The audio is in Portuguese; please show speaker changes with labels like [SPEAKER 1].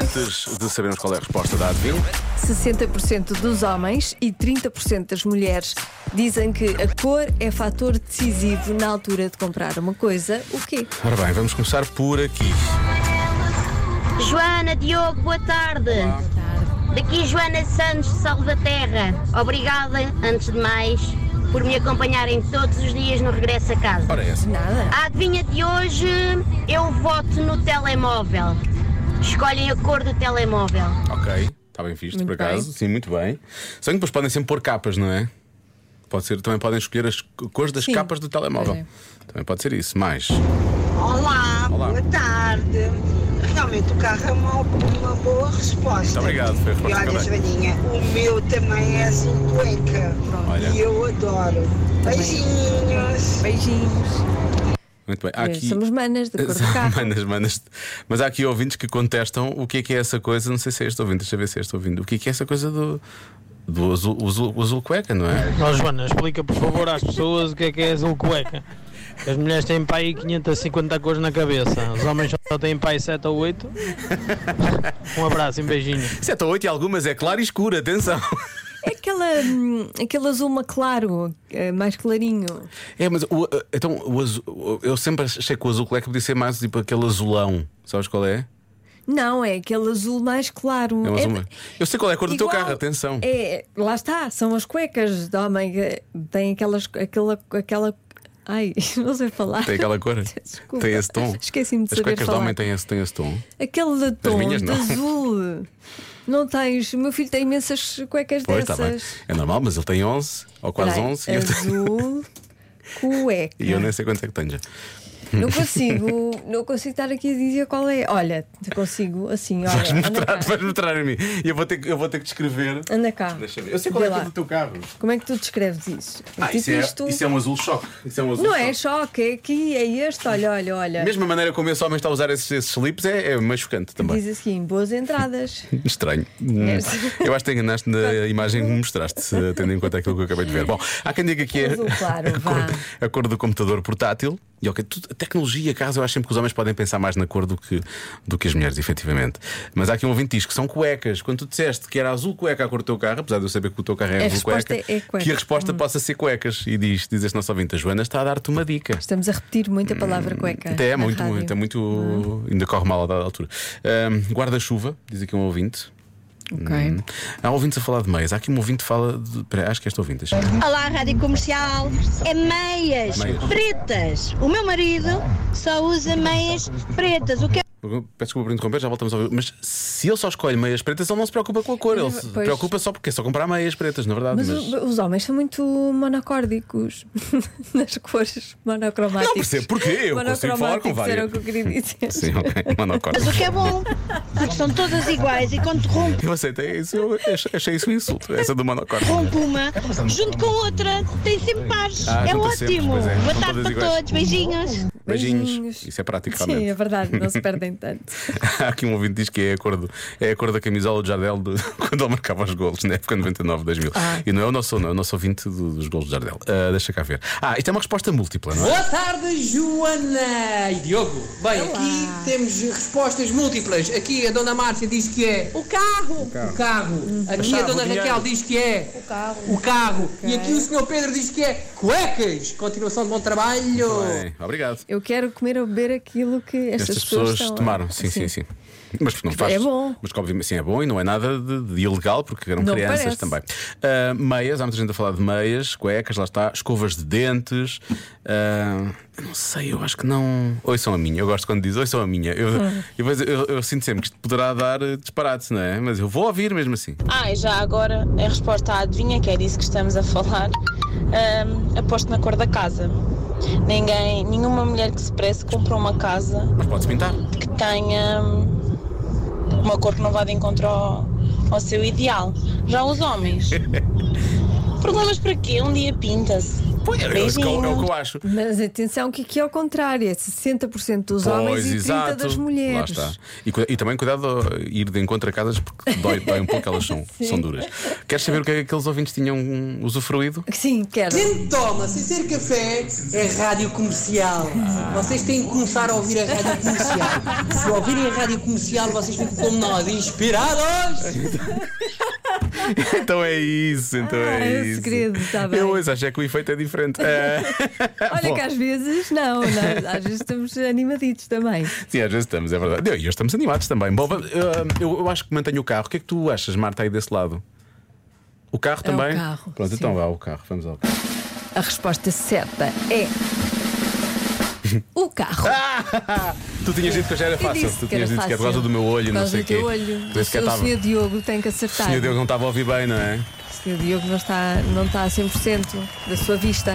[SPEAKER 1] Antes de sabermos qual é a resposta da Advil,
[SPEAKER 2] 60% dos homens e 30% das mulheres dizem que a cor é fator decisivo na altura de comprar uma coisa. O quê?
[SPEAKER 1] ora bem, vamos começar por aqui.
[SPEAKER 3] Joana, Diogo, boa tarde. Daqui Joana Santos de Salvaterra. Obrigada, antes de mais, por me acompanharem todos os dias no regresso a casa.
[SPEAKER 1] Ora, é assim, essa.
[SPEAKER 2] Nada.
[SPEAKER 3] A adivinha de hoje, eu voto no telemóvel. Escolhem a cor do telemóvel.
[SPEAKER 1] Ok, está bem visto,
[SPEAKER 2] Muito
[SPEAKER 1] por acaso.
[SPEAKER 2] bem.
[SPEAKER 1] Sim, muito bem. Só que depois podem sempre pôr capas, não é? Pode ser, também podem escolher as cores das
[SPEAKER 2] Sim. É.
[SPEAKER 1] capas do telemóvel.
[SPEAKER 2] Pois
[SPEAKER 1] Também pode ser isso. Mais.
[SPEAKER 4] Olá,
[SPEAKER 1] Olá.
[SPEAKER 4] boa tarde. Realmente o carro é uma, uma boa resposta.
[SPEAKER 1] Muito obrigado, foi a
[SPEAKER 4] E
[SPEAKER 1] resposta
[SPEAKER 4] olha,
[SPEAKER 1] também.
[SPEAKER 4] Joaninha, o meu também é azul cueca.
[SPEAKER 1] Olha.
[SPEAKER 4] E eu adoro. Beijinhos.
[SPEAKER 2] Beijinhos.
[SPEAKER 1] Muito bem. Há aqui.
[SPEAKER 2] É, Eh, Somos manas da cor do carro.
[SPEAKER 1] manas, manas. Mas há aqui ouvintes que contestam o que é que é essa coisa. Não sei se é este ouvinte, deixa eu ver se é este ouvinte. O que é que é essa coisa do. Do azul, o azul, o azul cueca, não é?
[SPEAKER 5] Ó Joana, explica por favor às pessoas o que é que é azul cueca. As mulheres têm para aí 550 cores na cabeça, os homens só têm para aí 7 ou 8. Um abraço e um beijinho.
[SPEAKER 1] 7 ou 8 e algumas é claro e escuro, atenção.
[SPEAKER 2] É aquela, hum, aquele azul mais claro, eh, mais clarinho.
[SPEAKER 1] É, mas o, então, o azul, eu sempre achei que o azul cueca podia ser mais tipo aquele azulão. Sabes qual é?
[SPEAKER 2] Não, é aquele azul mais claro.
[SPEAKER 1] É um azul mais- Eu sei qual é a cor do teu
[SPEAKER 2] igual-
[SPEAKER 1] carro, atenção.
[SPEAKER 2] É, lá está, são as cuecas de homem que têm aquelas, aquela, aquela. Ai, não sei falar.
[SPEAKER 1] Tem aquela cor?
[SPEAKER 2] Desculpa.
[SPEAKER 1] Tem esse tom?
[SPEAKER 2] Esqueci-me de
[SPEAKER 1] As
[SPEAKER 2] saber
[SPEAKER 1] cuecas de
[SPEAKER 2] falar.
[SPEAKER 1] homem têm esse, têm esse tom.
[SPEAKER 2] Aquele tom
[SPEAKER 1] minhas
[SPEAKER 2] de
[SPEAKER 1] não.
[SPEAKER 2] azul. Não tens. O meu filho tem imensas cuecas
[SPEAKER 1] Pois, está bem.
[SPEAKER 2] dessas.
[SPEAKER 1] É normal, mas ele tem 11 ou quase
[SPEAKER 2] Peraí,
[SPEAKER 1] 11 e eu, tenho-
[SPEAKER 2] azul. Cueca.
[SPEAKER 1] e eu nem sei quantos é que
[SPEAKER 2] Ah,
[SPEAKER 1] tenho já.
[SPEAKER 2] Não consigo, não consigo estar aqui a dizer qual é. Olha, consigo assim, olha.
[SPEAKER 1] Vais-me
[SPEAKER 2] Anda cá.
[SPEAKER 1] mostrar, vais mostrar a mim. E eu vou ter, que- eu vou ter que descrever.
[SPEAKER 2] Anda cá.
[SPEAKER 1] Deixa eu ver. Eu sei qual
[SPEAKER 2] Vê
[SPEAKER 1] é a cor
[SPEAKER 2] lá.
[SPEAKER 1] do teu carro.
[SPEAKER 2] Como é que tu descreves isso?
[SPEAKER 1] Ah,
[SPEAKER 2] Tipo
[SPEAKER 1] isso é,
[SPEAKER 2] isto-
[SPEAKER 1] isso é um azul choque. Isso é um azul
[SPEAKER 2] Não
[SPEAKER 1] choque.
[SPEAKER 2] é choque, é aqui, é este, olha, olha, olha.
[SPEAKER 1] Mesma maneira como esse homem está a usar esses, esses slips é, é mais chocante também.
[SPEAKER 2] Diz assim, boas entradas.
[SPEAKER 1] Estranho. Hum.
[SPEAKER 2] É.
[SPEAKER 1] Eu acho que te enganaste na imagem que me mostraste, se- tendo em conta aquilo que eu acabei de ver. Bom, há quem diga que é
[SPEAKER 2] Azul um claro,
[SPEAKER 1] a, cor,
[SPEAKER 2] vá.
[SPEAKER 1] a cor do computador portátil. E ok, tudo- a tecnologia, caso eu acho sempre que os homens podem pensar mais na cor do que, do que as mulheres, efetivamente. Mas há aqui um ouvinte que diz que são cuecas. Quando tu disseste que era azul cueca a cor do teu carro, apesar de eu saber que o teu carro é
[SPEAKER 2] A
[SPEAKER 1] azul
[SPEAKER 2] resposta
[SPEAKER 1] cueca,
[SPEAKER 2] é cueca.
[SPEAKER 1] que a resposta possa ser cuecas. E diz, diz este nosso ouvinte, a Joana está a dar-te uma dica.
[SPEAKER 2] Estamos a repetir muito a palavra cueca.
[SPEAKER 1] Até é
[SPEAKER 2] na
[SPEAKER 1] muito,
[SPEAKER 2] rádio.
[SPEAKER 1] muito, é muito. Ainda corre mal a dada altura. Ahm, Guarda-chuva, diz aqui um ouvinte.
[SPEAKER 2] Ok.
[SPEAKER 1] Há ouvintes a falar de meias. Há aqui um ouvinte que fala. De... Espera, acho que é este ouvinte. deixa eu ver.
[SPEAKER 6] Olá, Rádio Comercial. É meias,
[SPEAKER 1] Meias.
[SPEAKER 6] pretas. O meu marido só usa meias pretas. O que é
[SPEAKER 1] Peço desculpa por interromper, já voltamos a ouvir. Mas se ele só escolhe meias pretas, ele não se preocupa com a cor. Ele se
[SPEAKER 2] Pois.
[SPEAKER 1] preocupa só porque é só comprar meias pretas, na verdade.
[SPEAKER 2] Mas,
[SPEAKER 1] Mas,
[SPEAKER 2] o- os homens são muito monocórdicos nas cores monocromáticas.
[SPEAKER 1] Não percebo porquê, eu consigo falar com
[SPEAKER 2] Monocromáticos
[SPEAKER 1] várias.
[SPEAKER 2] Era o que eu queria dizer.
[SPEAKER 1] Sim, ok. Monocorte.
[SPEAKER 6] mas o que é bom? Porque são todas iguais e quando rompe,
[SPEAKER 1] Eu aceitei isso, eu ach- achei isso um insulto. Essa do monocorte.
[SPEAKER 6] rompe uma, junto com outra, tem sempre pares.
[SPEAKER 1] Ah,
[SPEAKER 6] é
[SPEAKER 1] junta sempre,
[SPEAKER 6] ótimo.
[SPEAKER 1] pois é.
[SPEAKER 6] Boa
[SPEAKER 1] São
[SPEAKER 6] tarde
[SPEAKER 1] todas
[SPEAKER 6] para
[SPEAKER 1] iguais.
[SPEAKER 6] todos. Beijinhos.
[SPEAKER 1] Beijinhos.
[SPEAKER 2] Beijinhos.
[SPEAKER 1] Isso é prático,
[SPEAKER 2] Sim,
[SPEAKER 1] realmente.
[SPEAKER 2] é verdade, não se perdem tanto.
[SPEAKER 1] Há aqui um ouvinte que diz que é a cor, do- é a cor da camisola do Jardel de- quando ele marcava os golos, na época 99, 2000. E não é o nosso, não, é o nosso ouvinte do- dos golos do Jardel. Ah, deixa cá ver. Ah, isto é uma resposta múltipla, não é?
[SPEAKER 7] Boa tarde, Joana e Diogo. Bem, aqui temos respostas múltiplas. Aqui a Dona Márcia diz que é o carro. O carro. Hum. Aqui a Dona Raquel diz que é o carro. O carro. E aqui o Sr. Pedro diz que é cuecas. Continuação de bom trabalho.
[SPEAKER 1] Bem, obrigado.
[SPEAKER 2] Eu quero comer ou beber aquilo que estas,
[SPEAKER 1] Estas pessoas,
[SPEAKER 2] estão a-
[SPEAKER 1] tomaram, sim, sim, sim. Mas não faz.
[SPEAKER 2] é bom.
[SPEAKER 1] Mas que obviamente sim, é bom e não é nada de, de ilegal, porque eram
[SPEAKER 2] Não
[SPEAKER 1] crianças
[SPEAKER 2] parece.
[SPEAKER 1] também. Ah, meias, há muita gente a falar de meias, cuecas, lá está, escovas de dentes. ah, eu não sei, eu acho que não. Oi, são a minha, eu gosto quando diz oi, são a minha. Eu, eu, eu- eu sinto sempre que isto poderá dar eh, disparates, não é? Mas eu vou ouvir mesmo assim.
[SPEAKER 8] Ah, e já agora, em resposta à adivinha, que é disso que estamos a falar, ahm, aposto na cor da casa. Ninguém, nenhuma mulher que se presse comprou uma casa
[SPEAKER 1] Mas pode-se pintar.
[SPEAKER 8] que tenha hum, uma cor que não vá de encontro ao, ao seu ideal. Já os homens. Problemas para quê? Um dia pinta-se.
[SPEAKER 1] Pois é, é o que eu- é o que eu acho.
[SPEAKER 2] Mas atenção que aqui é ao contrário, é 60% dos homens e 30% das mulheres.
[SPEAKER 1] Lá está. E, cu- e também cuidado a ir de encontro a casas porque dói, dói um pouco, elas são, são duras. Queres saber o que é que aqueles ouvintes tinham hum, usufruído?
[SPEAKER 2] Sim, quero.
[SPEAKER 7] Gente, toma, sem ser café é rádio comercial. Vocês têm que começar a ouvir a rádio comercial. Se ouvirem a rádio comercial, vocês ficam como nós, inspirados!
[SPEAKER 1] Então é isso, então é
[SPEAKER 2] Ah, é o
[SPEAKER 1] isso.
[SPEAKER 2] segredo, está bem.
[SPEAKER 1] Eu hoje acho é que o efeito é diferente. É.
[SPEAKER 2] Olha
[SPEAKER 1] Bom,
[SPEAKER 2] que às vezes não, não, às vezes estamos animaditos também.
[SPEAKER 1] Sim, às vezes estamos, é verdade. E hoje estamos animados também. Bom, vamos- eu, eu, eu acho que mantenho o carro. O que é que tu achas, Marta, aí desse lado? O carro
[SPEAKER 2] É o
[SPEAKER 1] também?
[SPEAKER 2] carro,
[SPEAKER 1] Pronto,
[SPEAKER 2] sim.
[SPEAKER 1] então vá ao carro, vamos ao carro.
[SPEAKER 2] A resposta certa é o carro.
[SPEAKER 1] Tu tinhas dito que já era
[SPEAKER 2] Eu
[SPEAKER 1] fácil.
[SPEAKER 2] disse
[SPEAKER 1] Tu tinhas
[SPEAKER 2] era
[SPEAKER 1] dito que é por causa
[SPEAKER 2] fácil.
[SPEAKER 1] do meu olho,
[SPEAKER 2] Por
[SPEAKER 1] não
[SPEAKER 2] causa
[SPEAKER 1] sei
[SPEAKER 2] do teu
[SPEAKER 1] quê.
[SPEAKER 2] olho.
[SPEAKER 1] Por isso que
[SPEAKER 2] o
[SPEAKER 1] eu estava.
[SPEAKER 2] senhor Diogo tem que acertar.
[SPEAKER 1] Senhor Deus não estava a ouvir bem, não é?
[SPEAKER 2] O senhor Diogo não está, não está a 100% da sua vista.